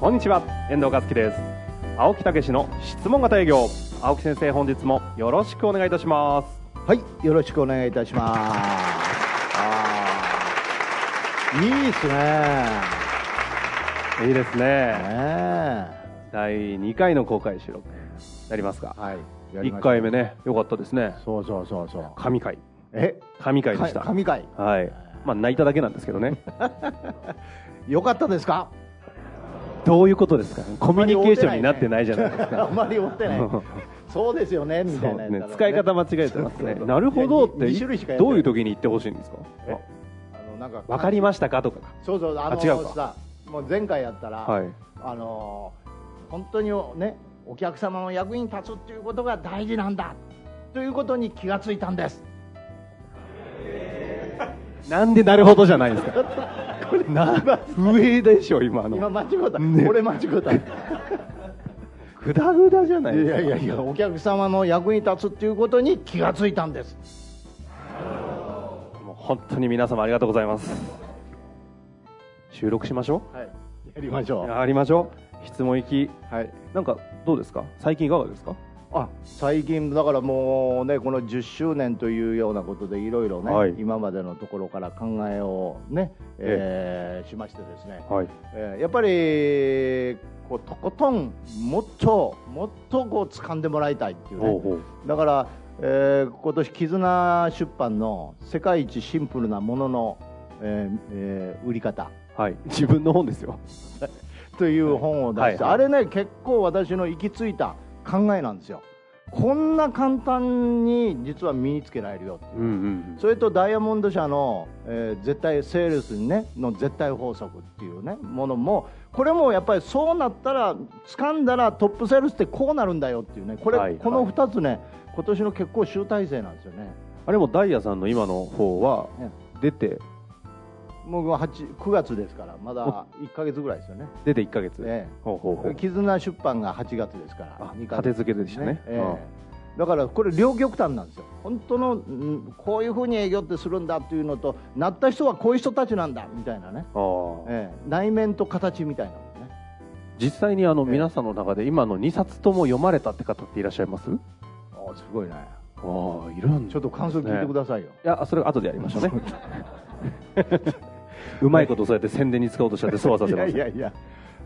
こんにちは、遠藤和樹です。青木武の質問型営業。青木先生、本日もよろしくお願いいたします。はい、よろしくお願いいたします。あーいいですね。いいですね。ねえ第2回の公開収録になりますが、はい、やりま1した回目。ね、良かったですね。そうそうそうそう。神回。え、神回でした。か神回、はい。まあ、泣いただけなんですけどね。良かったですか？ どういうことですかコミュニケーションになってないじゃないですあか。んまり追ってない。そうですよねみ そたいうなやねつだろうね、使い方間違えてますね。なるほどっいやて二種類しか、やってどなういう時に言ってほしいんですかえあのなんかわかりましたかとか。そうそうあのあ違うかさ、もう前回やったら、はい。あの本当にねお客様の役に立つっていうことが大事なんだということに気がついたんです。なんでなるほどじゃないですか。な上でしょ今の。今間違うた、ね俺間違うたいぐだぐだじゃないですか。やいやい やお客様の役に立つっていうことに気がついたんですもう本当に皆様ありがとうございます。収録しましょはいやりましょう。うやりましょう。質問行き。はいなんかどうですか。最近いかがですか。あ最近だからもうねこの10周年というようなことでいろいろね、はい今までのところから考えをね、えーしましてですね、はい。えーやっぱりこうとことんもっともっとこう掴んでもらいたいっていうねほうほう。だから、えー今年絆出版の世界一シンプルなものの、えーえー売り方はい。自分の本ですよ。という本を出して、はいはいあれね結構私の行き着いた考えなんですよこんな簡単に実は身につけられるよっていううんうん。それとダイヤモンド社の、えー絶対セールスにねの絶対法則っていうねものもこれもやっぱりそうなったら掴んだらトップセールスってこうなるんだよっていうねこれ、はいはいこの2つね今年の結構集大成なんですよね。あれもダイヤさんの今の方はね出てもう8 9月ですからまだ1か月ぐらいですよね、出て一ヶ月。えほうほうほえう。絆出版が8月ですからあ、二立て付けでしたね。ええだからこれ両極端なんですよ本当のうんこういうふうに営業ってするんだっていうのとなった人はこういう人たちなんだみたいなね、うんああ。ええ内面と形みたいなのね実際にあのええ皆さんの中で今の二冊とも読まれたって方っていらっしゃいます？ああすごいねああいるんちょっと感想聞いてくだださいよ、いやそれ後でやりましょう ねうまいことそうやって宣伝に使おうとしちゃってそうはさせいまやすいやいや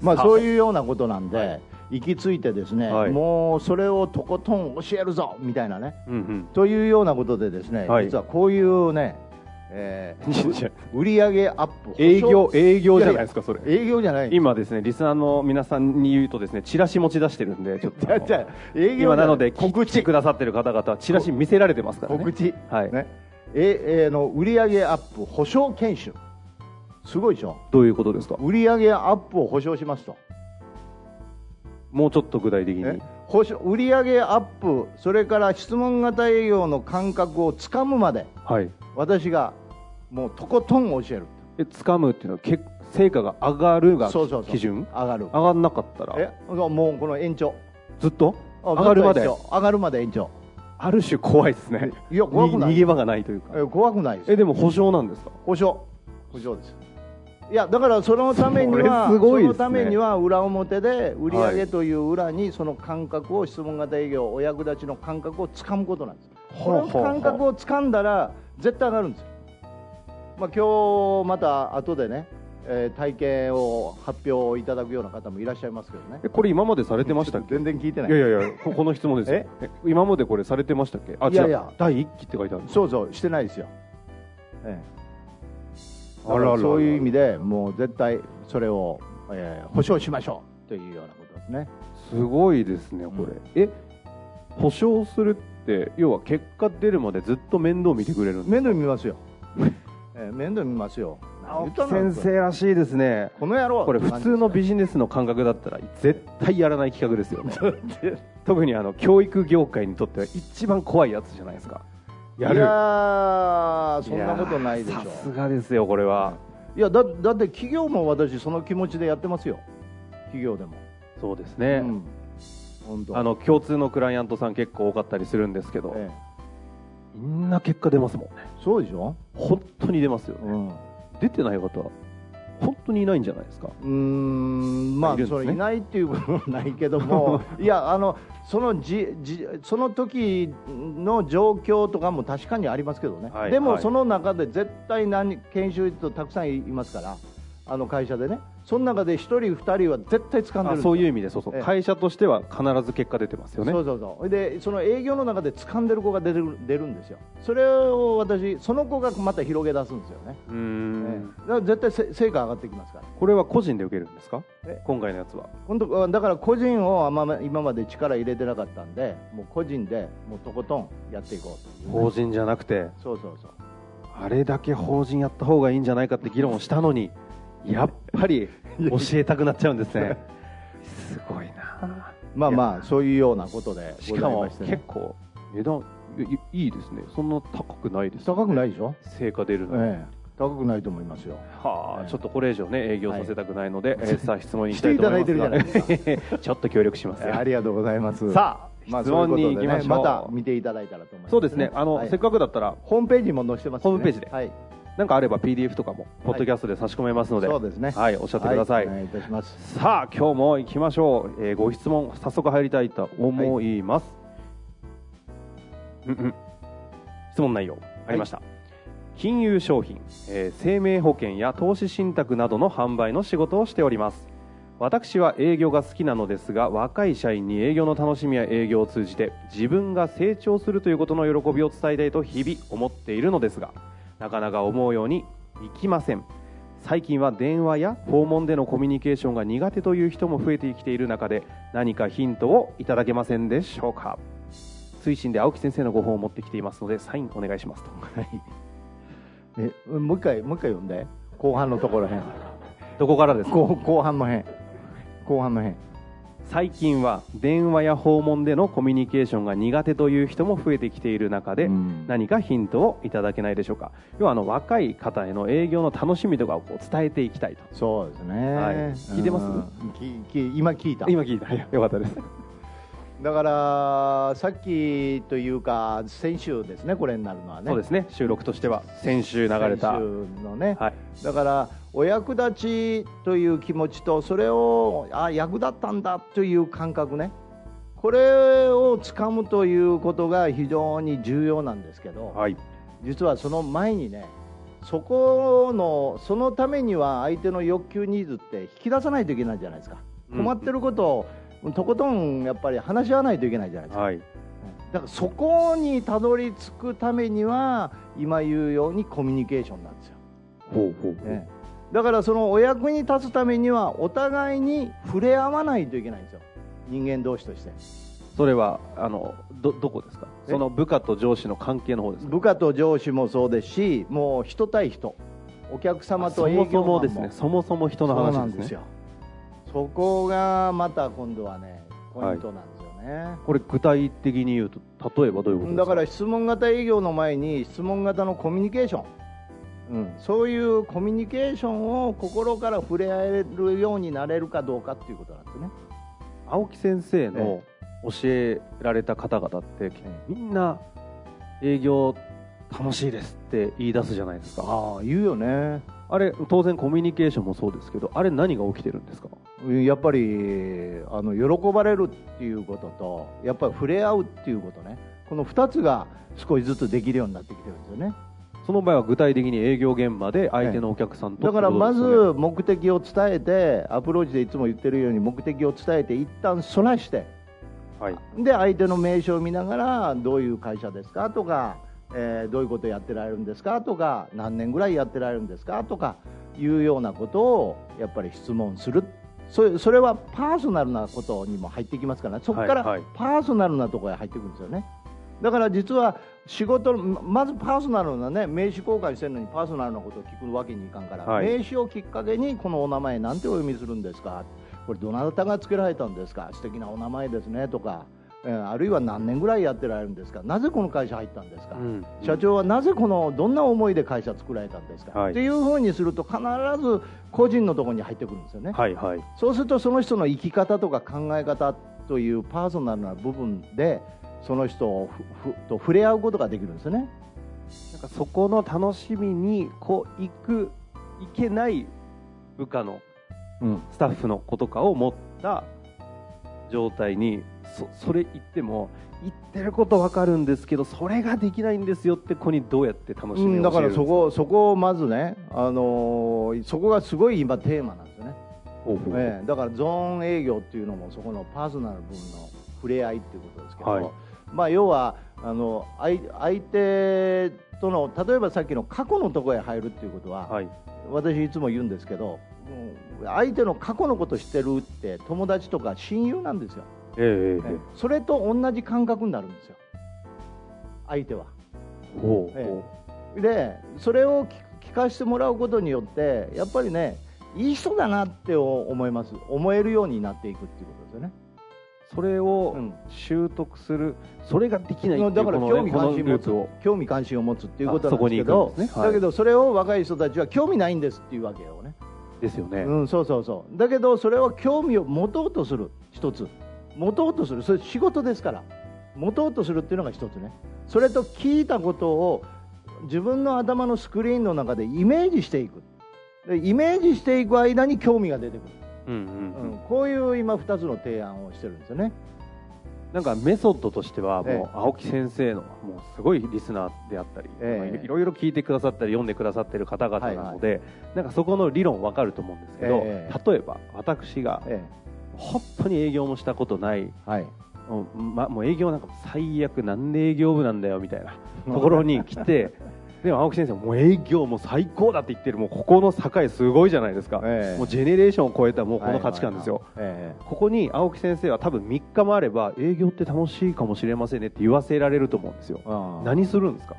まあそういうようなことなんで、行き着いてですね、はいもうそれをとことん教えるぞみたいなねうんというようなことでですね、はい実はこういうね、えうん じゃー売上アップ営業保証営業じゃないですかそれ営業じゃない 今ですねリスナーの皆さんに言うとですねチラシ持ち出してるんでちょっとじゃあじゃあ営業じゃい今なので告告知知くださってる方々はチラシ見せられてますからね告知はいねええーの売上アップ保証研修すごいでしょどういうことですか売上アップを保証しますともうちょっと具体的にね保証売上アップそれから質問型営業の感覚をつかむまではい私がもうとことん教えるえ掴むっていうのはけ成果が上がるがそうそうそう基準上がる上がんなかったらえもうこの延長ずっとあ上がるまずでっと延長上がるまで延長ある種怖いですねいや怖くないに逃げ場がないというかえ怖くないですえでも保証なんですか保証保証ですいやだからそのために はそれすごいですねそのためには裏表で売り上げという裏にその感覚を質問型営業お役立ちの感覚をつかむことなんですこほうほのうほう感覚をつかんだら絶対上がるんですよ、まあ、今日また後でね、えー体験を発表いただくような方もいらっしゃいますけどねえこれ今までされてましたっけ全然聞いてないいやいやいやこ この質問ですよえ今までこれされてましたっけあいやい違やう第一期って書いてあるんですそうそうしてないですよ、ええあらあらあらそういう意味でもう絶対それを、えー保証しましょうというようなことですねすごいですねこれ、うんえ保証するって要は結果出るまでずっと面倒見てくれるんで面倒見ますよ えー面倒見ますよ青木先生らしいですねこの野郎これ普通のビジジネスの感覚だったら絶対やらない企画です よね特にあの教育業界にとっては一番怖いやつじゃないですかやるいやーそんなことないでしょやーさすがですよこれは、いやだだって企業も私その気持ちでやってますよ企業でも、そうですねう、ん本当あの共通のクライアントさん結構多かったりするんですけど、えみんな結果出ますもんねえそうでしょ、本当に出ますよね、うん、う出てない方は本当にいないんじゃないですかーんまいあるんですそねれいないっていうことはないけ どもいやあのそのじじその時の状況とかも確かにありますけどね、はいではもいその中で絶対何研修医とたくさんいますからあの会社でねその中で1人2人は絶対掴んでるんあですそういうよ意味でそうそう、ええ会社としては必ず結果出てますよねそうそうそうでその営業の中で掴んでる子が出てる出るんですよそれを私その子がまた広げ出すんですよね、うーええんだから絶対せ成果上がってきますからこれは個人で受けるんですかえ今回のやつは今度あだから個人をあんま今まで力入れてなかったんでもう個人でもうとことんやっていこうという法人じゃなくてそうそうそうあれだけ法人やった方がいいんじゃないかって議論をしたのにやっぱり教えたくなっちゃうんですねすごいなまあまあそういうようなことでしごかざいまもして、結ね、構値段いいいいですねそんな高くないです高くないでしょ、成果出るのに、ええ、高くないと思いますよはあ、ええちょっとこれ以上ね営業させたくないので、えーさあ質問に行しきたていいとた思だいいてるじゃ まないすですかがちょっと協力しますよありがとうございますさあ、まあ質問に行きましょう。そういうことでねまた見ていただいたらと思います、そうですね。あの、はいせっかくだったら、ホームページも載せてます、ね、ホームページではいなんかあれば PDF とかも、ポッドキャストで差し込めますので、そうですねはい、おっしゃってください。はお願いいたしますさあ、今日も行きましょう。えーご質問、早速入りたいと思います。うんうん。質問内容、ありました。金融商品、えー生命保険や投資信託などの販売の仕事をしております。私は営業が好きなのですが若い社員に営業の楽しみや営業を通じて自分が成長するということの喜びを伝えたいと日々思っているのですがなかなか思うようにいきません最近は電話や訪問でのコミュニケーションが苦手という人も増えてきている中で何かヒントをいただけませんでしょうか推進で青木先生のご本を持ってきていますのでサインお願いしますとえもう一回もう一回読んで後半のところへ んどこからですか後後半の辺後半の辺最近は電話や訪問でのコミュニケーションが苦手という人も増えてきている中で、うん何かヒントをいただけないでしょうか要はあの若い方への営業の楽しみとかをこう伝えていきたいとそうですね、はい聞いてますうんきき今聞いた今聞いたよかったですだからさっきというか先週ですねこれになるのはねそうですね収録としては先週流れた先週のね、はいだからお役立ちという気持ちとそれをあ役立ったんだという感覚ねこれをつかむということが非常に重要なんですけど、はい実はその前にねそこのそのためには相手の欲求ニーズって引き出さないといけないじゃないですかうん困ってることをとことんやっぱり話し合わないといけないじゃないですか、はいだからそこにたどり着くためには今言うようにコミュニケーションなんですよ、ほうほうほうねだからそのお役に立つためにはお互いに触れ合わないといけないんですよ人間同士としてそれはあのどどこですかえその部下と上司の関係の方ですか部下と上司もそうですしもう人対人お客様とそ営も業そマンももですねそもそも人のそうな話んですねよそこがまた今度はねポイントなんですよね、これ具体的に言うと例えばどういうことですかだから質問型営業の前に質問型のコミュニケーション、うん、そういうコミュニケーションを心から触れ合えるようになれるかどうかっていうことなんですね青木先生の教えられた方々って、みんな営業楽しいですって言い出すじゃないですかああ言うよねあれ当然コミュニケーションもそうですけどあれ何が起きてるんですかやっぱりあの喜ばれるっていうこととやっぱり触れ合うっていうことねこの2つが少しずつできるようになってきてるんですよねその場合は具体的に営業現場で相手のお客さんとだからってことまですずよね目的を伝えてアプローチでいつも言ってるように目的を伝えて一旦そらしてはいで相手の名称を見ながらどういう会社ですかとか、えーどういうことやってられるんですかとか何年ぐらいやってられるんですかとかいうようなことをやっぱり質問するそれそれはパーソナルなことにも入ってきますからそはこかいはらいパーソナルなところへ入ってくるんですよね。だから実は仕事のままずパーソナルなね名刺交換してるのにパーソナルなことを聞くわけにいかんから、はい名刺をきっかけにこのお名前なんてお読みするんですかこれどなたが付けられたんですか素敵なお名前ですねとか、えーあるいは何年ぐらいやってられるんですかなぜこの会社入ったんですか、うん社長はなぜこのどんな思いで会社作られたんですか、はいっていうふうにすると必ず個人のところに入ってくるんですよね、はいはいそうするとその人の生き方とか考え方というパーソナルな部分でその人をふふと触れ合うことができるんですよね。なんかそこの楽しみにこう行く行けない部下のうん、スタッフの子とかを持った状態にそそれ言っても言ってることわかるんですけどそれができないんですよって子にどうやって楽しみをだ教かえるんでらすそこそこをまずね、あのーそこがすごい今テーマなんですよね、ほうほうええだからゾーン営業っていうのもそこのパーソナル部分の触れ合いっていうことですけど、はいまあ、要はあの相相手との例えばさっきの過去のところへ入るっていうことは、はい私いつも言うんですけど、うん相手の過去のことしてるって友達とか親友なんですよ、えええええねそれと同じ感覚になるんですよ相手はえほうええほでそれを聞聞かせてもらうことによってやっぱりねいい人だなって思います思えるようになっていくっていうことですよね、うそれをうん習得するそれができないっていうだからこの興ね味こ関のル心持ープをつ興味関心を持つっていうことあなそんこにですけ行くどんですねはいだけどそれを若い人たちは興味ないんですっていうわけよねですよねうん、そうそうそうだけどそれは興味を持とうとする一つ持とうとするそれ仕事ですから持とうとするっていうのが一つねそれと聞いたことを自分の頭のスクリーンの中でイメージしていくでイメージしていく間に興味が出てくる、うんうんううんん、こういう今2つの提案をしてるんですよねなんかメソッドとしてはえもう青木先生のもうすごいリスナーであったり、ええまあいろいろ聞いてくださったり読んでくださってる方々なので、はなんかそこの理論わかると思うんですけど、え例えば私がえ本当に営業もしたことないえはいもう,、ま、もう営業なんか最悪なんで営業部なんだよみた いなところに来てでも青木先生もう営業もう最高だって言ってるもうここの境すごいじゃないですか、ええもうジェネレーションを超えたもうこの価値観ですよ、はいはいはいえここに青木先生は多分3日もあれば営業って楽しいかもしれませんねって言わせられると思うんですよえああ何するんですか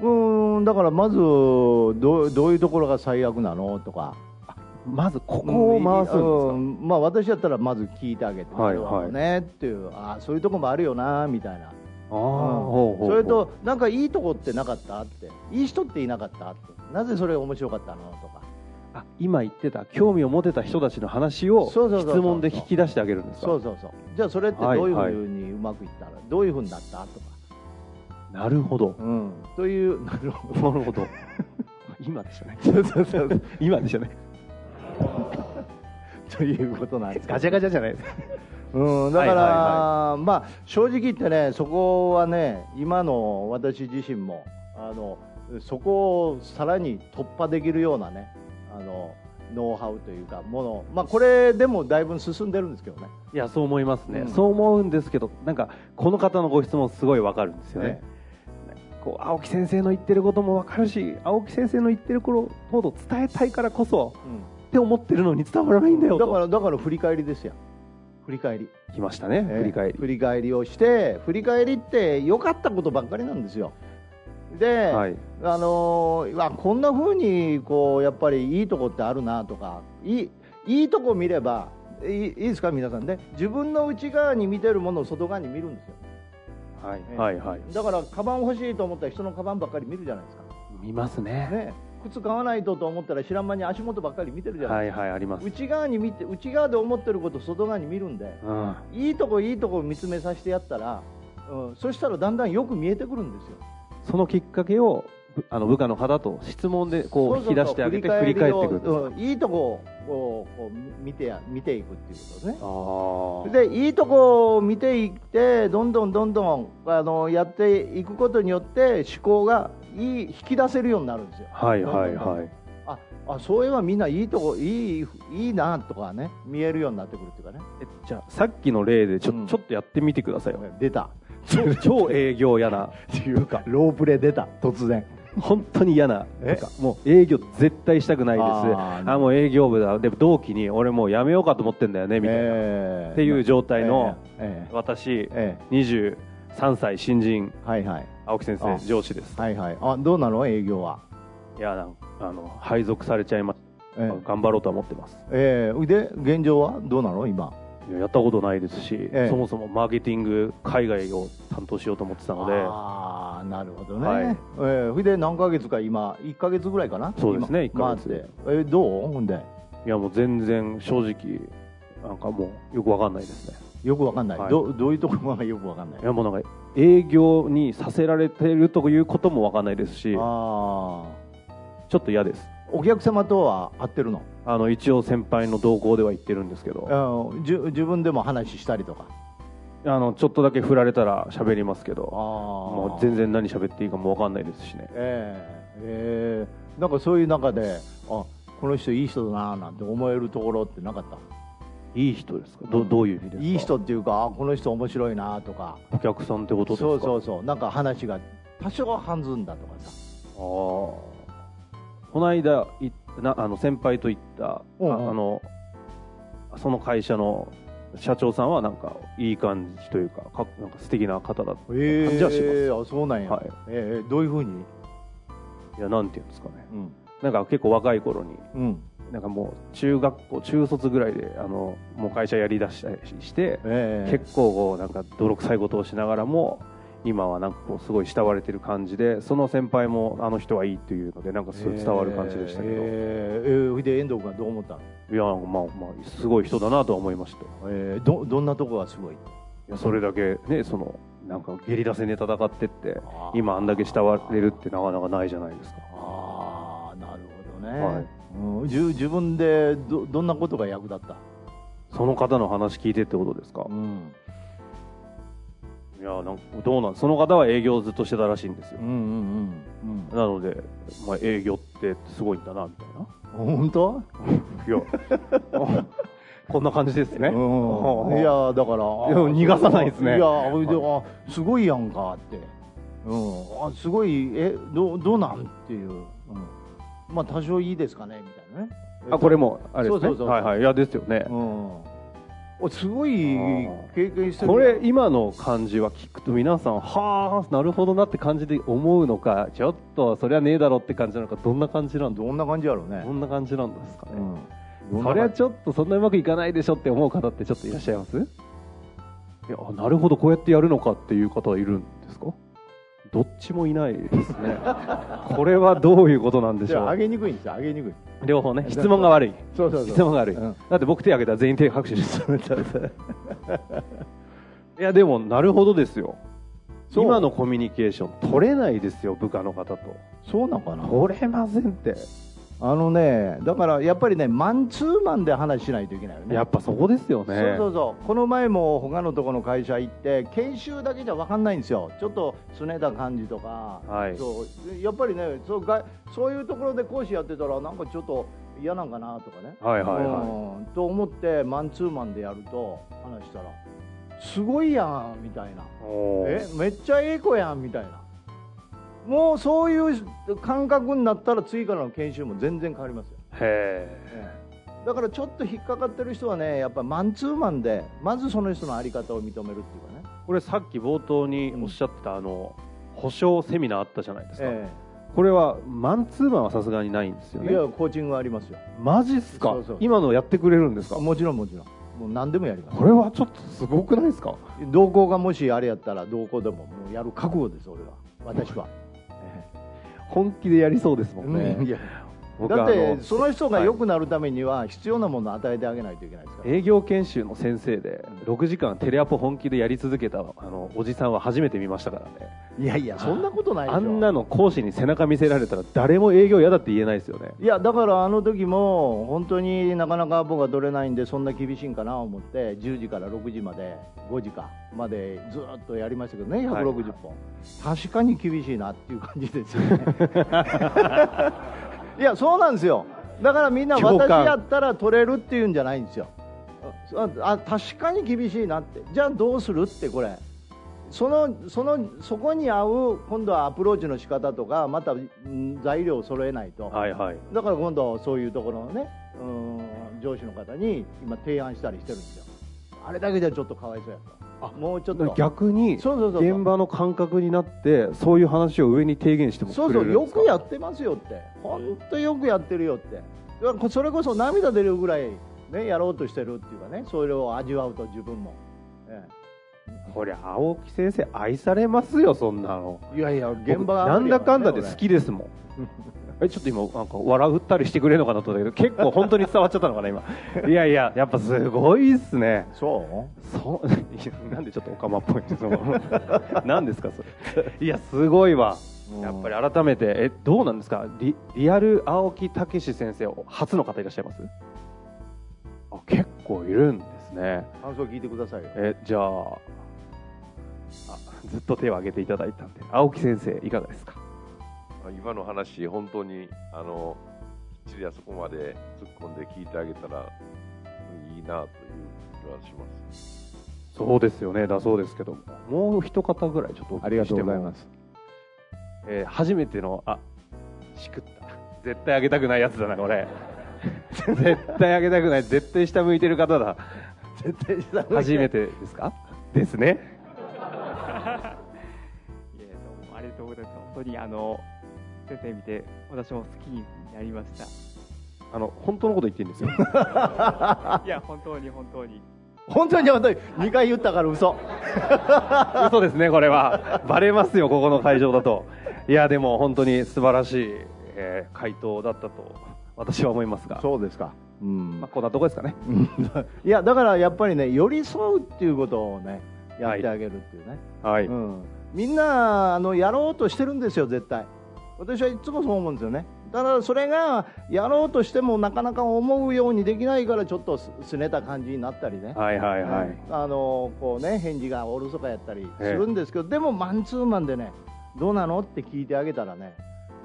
うーんだからまずどうどういうところが最悪なのとかまずここを回すうんでんまあ私だったらまず聞いてあげて、はいはいこれもねっていうああそういうとこもあるよなみたいなすかああうんほうほうほうそれとなんかいいとこってなかったっていい人っていなかったってなぜそれ面白かったのとかあ今言ってた興味を持てた人たちの話を質そうそうそうそう問で引き出してあげるんですそかうそうそうじゃあそれってどういうふうにうまくいったら、どういうふうになったとか、なるほどうん、という なるほなるほど 今でしたね どそうそうそう今でしたねということなんですガチャガチャじゃない ですうん、だから、はいまあ、正直言ってね、そこはね、今の私自身も、あの、そこをさらに突破できるようなね、あの、ノウハウというか、もの、まあ、これでもだいぶ進んでるんですけどね。いやそう思いますね、うんそう思うんですけどなんかこの方のご質問すごいわかるんですよね、ねこう青木先生の言ってることもわかるし青木先生の言ってることを伝えたいからこそって思ってるのに伝わらないんだうよん、だとから、だから振り返りですよ。振り返り。来ましたね、ええ振り返り振り返りをして、振り返りって良かったことばっかりなんですよ。で、はいあのーうわこんな風にこうやっぱりいいとこってあるなとかいいいいとこ見ればいいいいですか皆さんね自分の内側に見てるものを外側に見るんですよ、はい、ええはいはいだからカバン欲しいと思ったら人のカバンばっかり見るじゃないですか、見ますねね、靴買わないとと思ったら知らん間に足元ばっかり見てるじゃなはいいですか、はいあります内側に見て内側で思ってることを外側に見るんでうんいいとこいいとこを見つめさせてやったら、うん、そしたらだんだんよく見えてくるんですよそのきっかけをぶあの部下の方と質問でこうそう引そうき出そうしてあげて振り返ってくるんですをうんいいとこをこう見てや見ていくっていうことですねあーでいいとこを見ていってどんどんどんどんあのやっていくことによって思考がいい引き出せるようになるんですよはいはいはいああそういえばみんないいとこいいいいなとかね見えるようになってくるっていうかねえじゃあさっきの例でちょ,、うんちょっとやってみてくださいよ出た超 超営業嫌なっていうかロープレ出た突然本当に嫌なえとかもう営業絶対したくないですああーもう営業部だでも同期に俺もうやめようかと思ってんだよねみたいな、えーっていう状態のえーえー私え23歳新人ーはいはい青木先生あ上司ですはいはいあどうなの営業はいやなんあの配属されちゃいましえたー頑張ろうとは思ってますえーで現状はどうなの今いややったことないですし、ええそもそもマーケティング海外を担当しようと思ってたのでああなるほどね、はいえーそれで何ヶ月か今1ヶ月ぐらいかなそうですね今1ヶ月回ってえーどうほんでいやもう全然正直なんかもうよくわかんないですねよくわかんない、はいどどういうところがよ くわかんないいやもうなんか営業にさせられてるということもわかんないですしちょああっと嫌ですお客様とは会ってるのあの一応先輩の同行では言ってるんですけどあーじゅ自分でも話したりとかあのちょっとだけ振られたら喋りますけあどももう全然何喋っていいかもわかんないですしねええええなんかそういう中であこの人いい人だななんて思えるところってなかったいい人ですかどどういう意味ですかいい人っていうかあこの人面白いなとかお客さんってことですかそうそうそうなんか話が多少は半ずんだとかさあーこの間いなあの先輩と行った、うんうんああのその会社の社長さんはなんかいい感じというかかなんか素敵な方だった感ええじはします、あそうなんや、はいええどういうふうにいやなんていうんですかねうん、なんか結構若い頃にうん、なんかもう中学校中卒ぐらいであのもう会社やりだしたりして、ええ結構こうなんか泥臭いことをしながらも今はなんかこうすごい慕われてる感じでその先輩もあの人はいいっていうのでなんかすごい伝わる感じでしたけど、ええええほいで遠藤君はどう思ったの、いやまあまあすごい人だなとは思いましたいええどどんなとこがすごいやそれだけねそのなんかゲリラ戦で戦ってってあー今あんだけ慕われるってなかなかないじゃないですかああなるほどね、はいうん、じゅ自分でどどんなことが役立った、その方の話聞いてってことですか、んいやなんかどうなんその方は営業をずっとしてたらしいんですようん、うんうんなので、まあ、営業ってすごいんだなみたいな本当、いや こんな感じですね、うん、いやだからいや逃がさないですねいやほいであすごいやんかって、うん、あすごいえどうどうなんっていう、うん、まあ多少いいですかねみたいなねあこれ、もあれですねそうそうそうはいはいいやですよね、うん、おすごい経験してるこれ今の感じは聞くと皆さんはあなるほどなって感じで思うのかちょっとそりゃねえだろって感じなのかどんな感じなんだどんな感じやろうねどんな感じなんですかうね、んどんなそりゃ感じちょっとそんなうまくいかないでしょって思う方ってちょっといらっしゃいますいやあなるほどこうやってやるのかっていう方はいるんですかどっちもいないです ねこれはどういうことなんでしじゃょあ上うげにくいんですよ上げにくい両方ね質問が悪いそうそうそう質問が悪い、うんだって僕手挙げたら全員手拍手してた いやでもなるほどですよそう今のコミュニケーション取れないですよ部下の方とそうなんかな取れませんってあのねだからやっぱりねマンツーマンで話しないといけないよねやっぱそこですよねそうそうそうこの前も他のところの会社行って研修だけじゃ分かんないんですよちょっとすねた感じとか、はいそうやっぱりねそうがそういうところで講師やってたらなんかちょっと嫌なんかなとかね、はいはいはうんと思ってマンツーマンでやると話したらすごいやんみたいないおえーめっちゃええ子やんみたいなもうそういう感覚になったら次からの研修も全然変わりますよへだからちょっと引っかかってる人はねやっぱマンツーマンでまずその人の在り方を認めるっていうかねえこれさっき冒頭におっしゃってたあの保証セミナーあったじゃないですか、えこれはマンツーマンはさすがにないんですえよいねやコーチングはありますよマジっすかそうそう今のやってくれるんですかもちろんもちろんもう何でもやりますこれはちょっとすごくないですか同行がもしあれやったら同行でももうやる覚悟です俺は私は、本気でやりそうですもんね、うんいや僕だっあてのその人が良くなるためには必要なものを与えてあげないといけないですから、営業研修の先生で6時間テレアポ本気でやり続けたあのおじさんは初めて見ましたからねいやいやそんなことないでしょあんなの講師に背中見せられたら誰も営業嫌だって言えないですよねいやだからあの時も本当になかなかアポが取れないんでそんな厳しいんかなと思って10時から6時まで5時かまでずっとやりましたけどね160はい本、確かに厳しいなっていう感じです よねいやそうなんですよだからみんな共私感やったら取れるっていうんじゃないんですよああ確かに厳しいなってじゃあどうするってこれそのそのそこに合う今度はアプローチの仕方とかまたうん材料を揃えないと、はいはいだから今度そういうところのねうん上司の方に今提案したりしてるんですよあれだけじゃちょっとかわいそうやとあもうちょっと逆にそうそうそうそう現場の感覚になってそういう話を上に提言してもそうくそれうるんよですかくやってますよって本当よくやってるよってだからそれこそ涙出るぐらい、ね、やろうとしてるっていうかねそれを味わうと自分も、えこりゃ青木先生愛されますよそんなのえいやいや現場は僕なんだかんだで好ききですもん えちょっと今なんか笑ったりしてくれるのかなと思ったけど結構本当に伝わっちゃったのかな 今いやいややっぱすごいっすねそそう いやなんでちょっとオカマっぽい そのなんですかそれいやすごいわうやっぱり改めてえどうなんですかリリアル青木武史先生初の方いらっしゃいますあ結構いるんですね感想聞いてくださいよえじゃああずっと手を挙げていただいたんで青木先生いかがですか今の話、本当にあのきっちりあそこまで突っ込んで聞いてあげたらいいなという気はします。そうですよねだそうですけどももう一方ぐらいちょっとお聞きしてもありがとうございます、えー初めてのあしくった絶対あげたくないやつだなこ れ絶対あげたくない絶対下向いてる方だ絶対下向いて初めてですかですねいえどうもありがとうございます。本当にあの先生見て私も好きになりました。あの本当のこと言ってるんですよいや本当に本当に。本当に本当に2回言ったから嘘嘘ですねこれはバレますよここの会場だといやでも本当に素晴らしい、えー回答だったと私は思いますがそうですかうんまあ、こんなとこですかねいやだからやっぱりね寄り添うっていうことをねやってあげるっていうね、はい、うん、みんなあのやろうとしてるんですよ絶対私はいつもそう思うんですよねただそれがやろうとしてもなかなか思うようにできないからちょっとすすねた感じになったりね、はいはいはい、あのこうね返事がおろそかやったりするんですけど、でもマンツーマンでねどうなのって聞いてあげたらね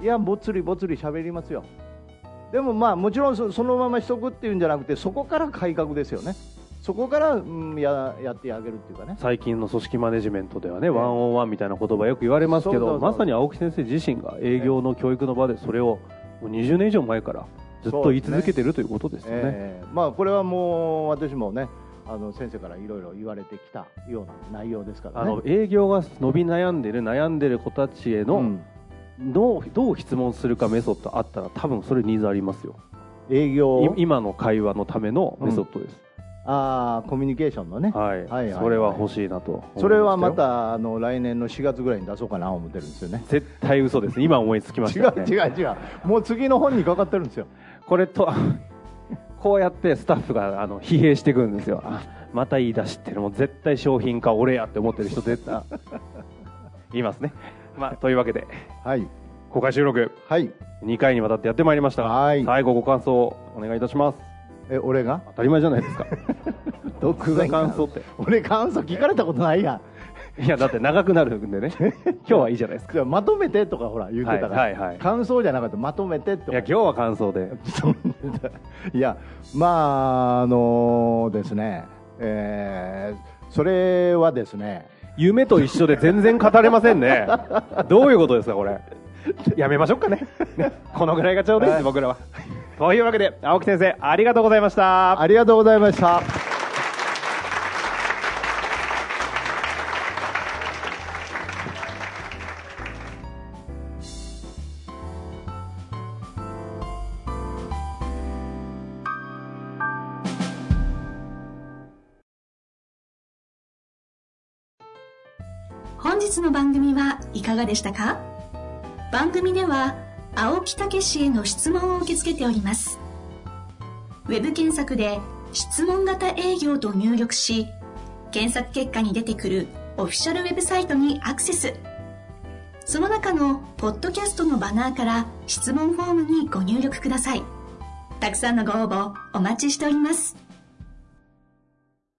いやぼつりぼつり喋りますよでもまあもちろんそそのまましとくっていうんじゃなくてそこから改革ですよねそこから、うん、ややってあげるっていうかね最近の組織マネジメントではね、ワンオンワンみたいな言葉よく言われますけそうそど、うそうまさに青木先生自身が営業の教育の場でそれをもう20年以上前からずっと言い続けてるということですよね。えーまあこれはもう私もねあの先生からいろいろ言われてきたような内容ですからあね。の営業が伸び悩んでる悩んでる子たちへうのんどうどう質問するかメソッドあったら多分それニーズありますよ。営業い今の会話のためのメソッドです。あーコミュニケーションのね、はい、はいはいそれは欲しいなと思いますよ。それはまたあの来年の4月ぐらいに出そうかな思ってるんですよね。絶対嘘です。今思いつきまし違たうよね。違う違う、もう次の本にかかってるんですよ。これと こうやってスタッフがあの疲弊していくんですよあまた言い出しってるもう絶対商品化俺やって思ってる人絶 対いますね、まあ、というわけではい公開収録はい、 2回にわたってやってまいりましたがはい最後ご感想をお願いいたしますえ俺が当たり前じゃない ですか独ご感想って俺感想聞かれたことないやん。いやだって長くなるんで ね今日はいいじゃないですかじゃあまとめてとかほら言ってたから、はいはいはい感想じゃなかったまとめてといかや今日は感想でそんないや、まあ、あのですね、えーそれはですね、夢と一緒で全然語れませんねどういうことですかこれやめましょうかねねこのぐらいがちょうどいいです、僕らはというわけで青木先生ありがとうございましたありがとうございました。本日の番組はいかがでしたか番組では青木武氏への質問を受け付けておりますウェブ検索で「質問型営業」と入力し検索結果に出てくるオフィシャルウェブサイトにアクセスその中のポッドキャストのバナーから質問フォームにご入力くださいたくさんのご応募お待ちしております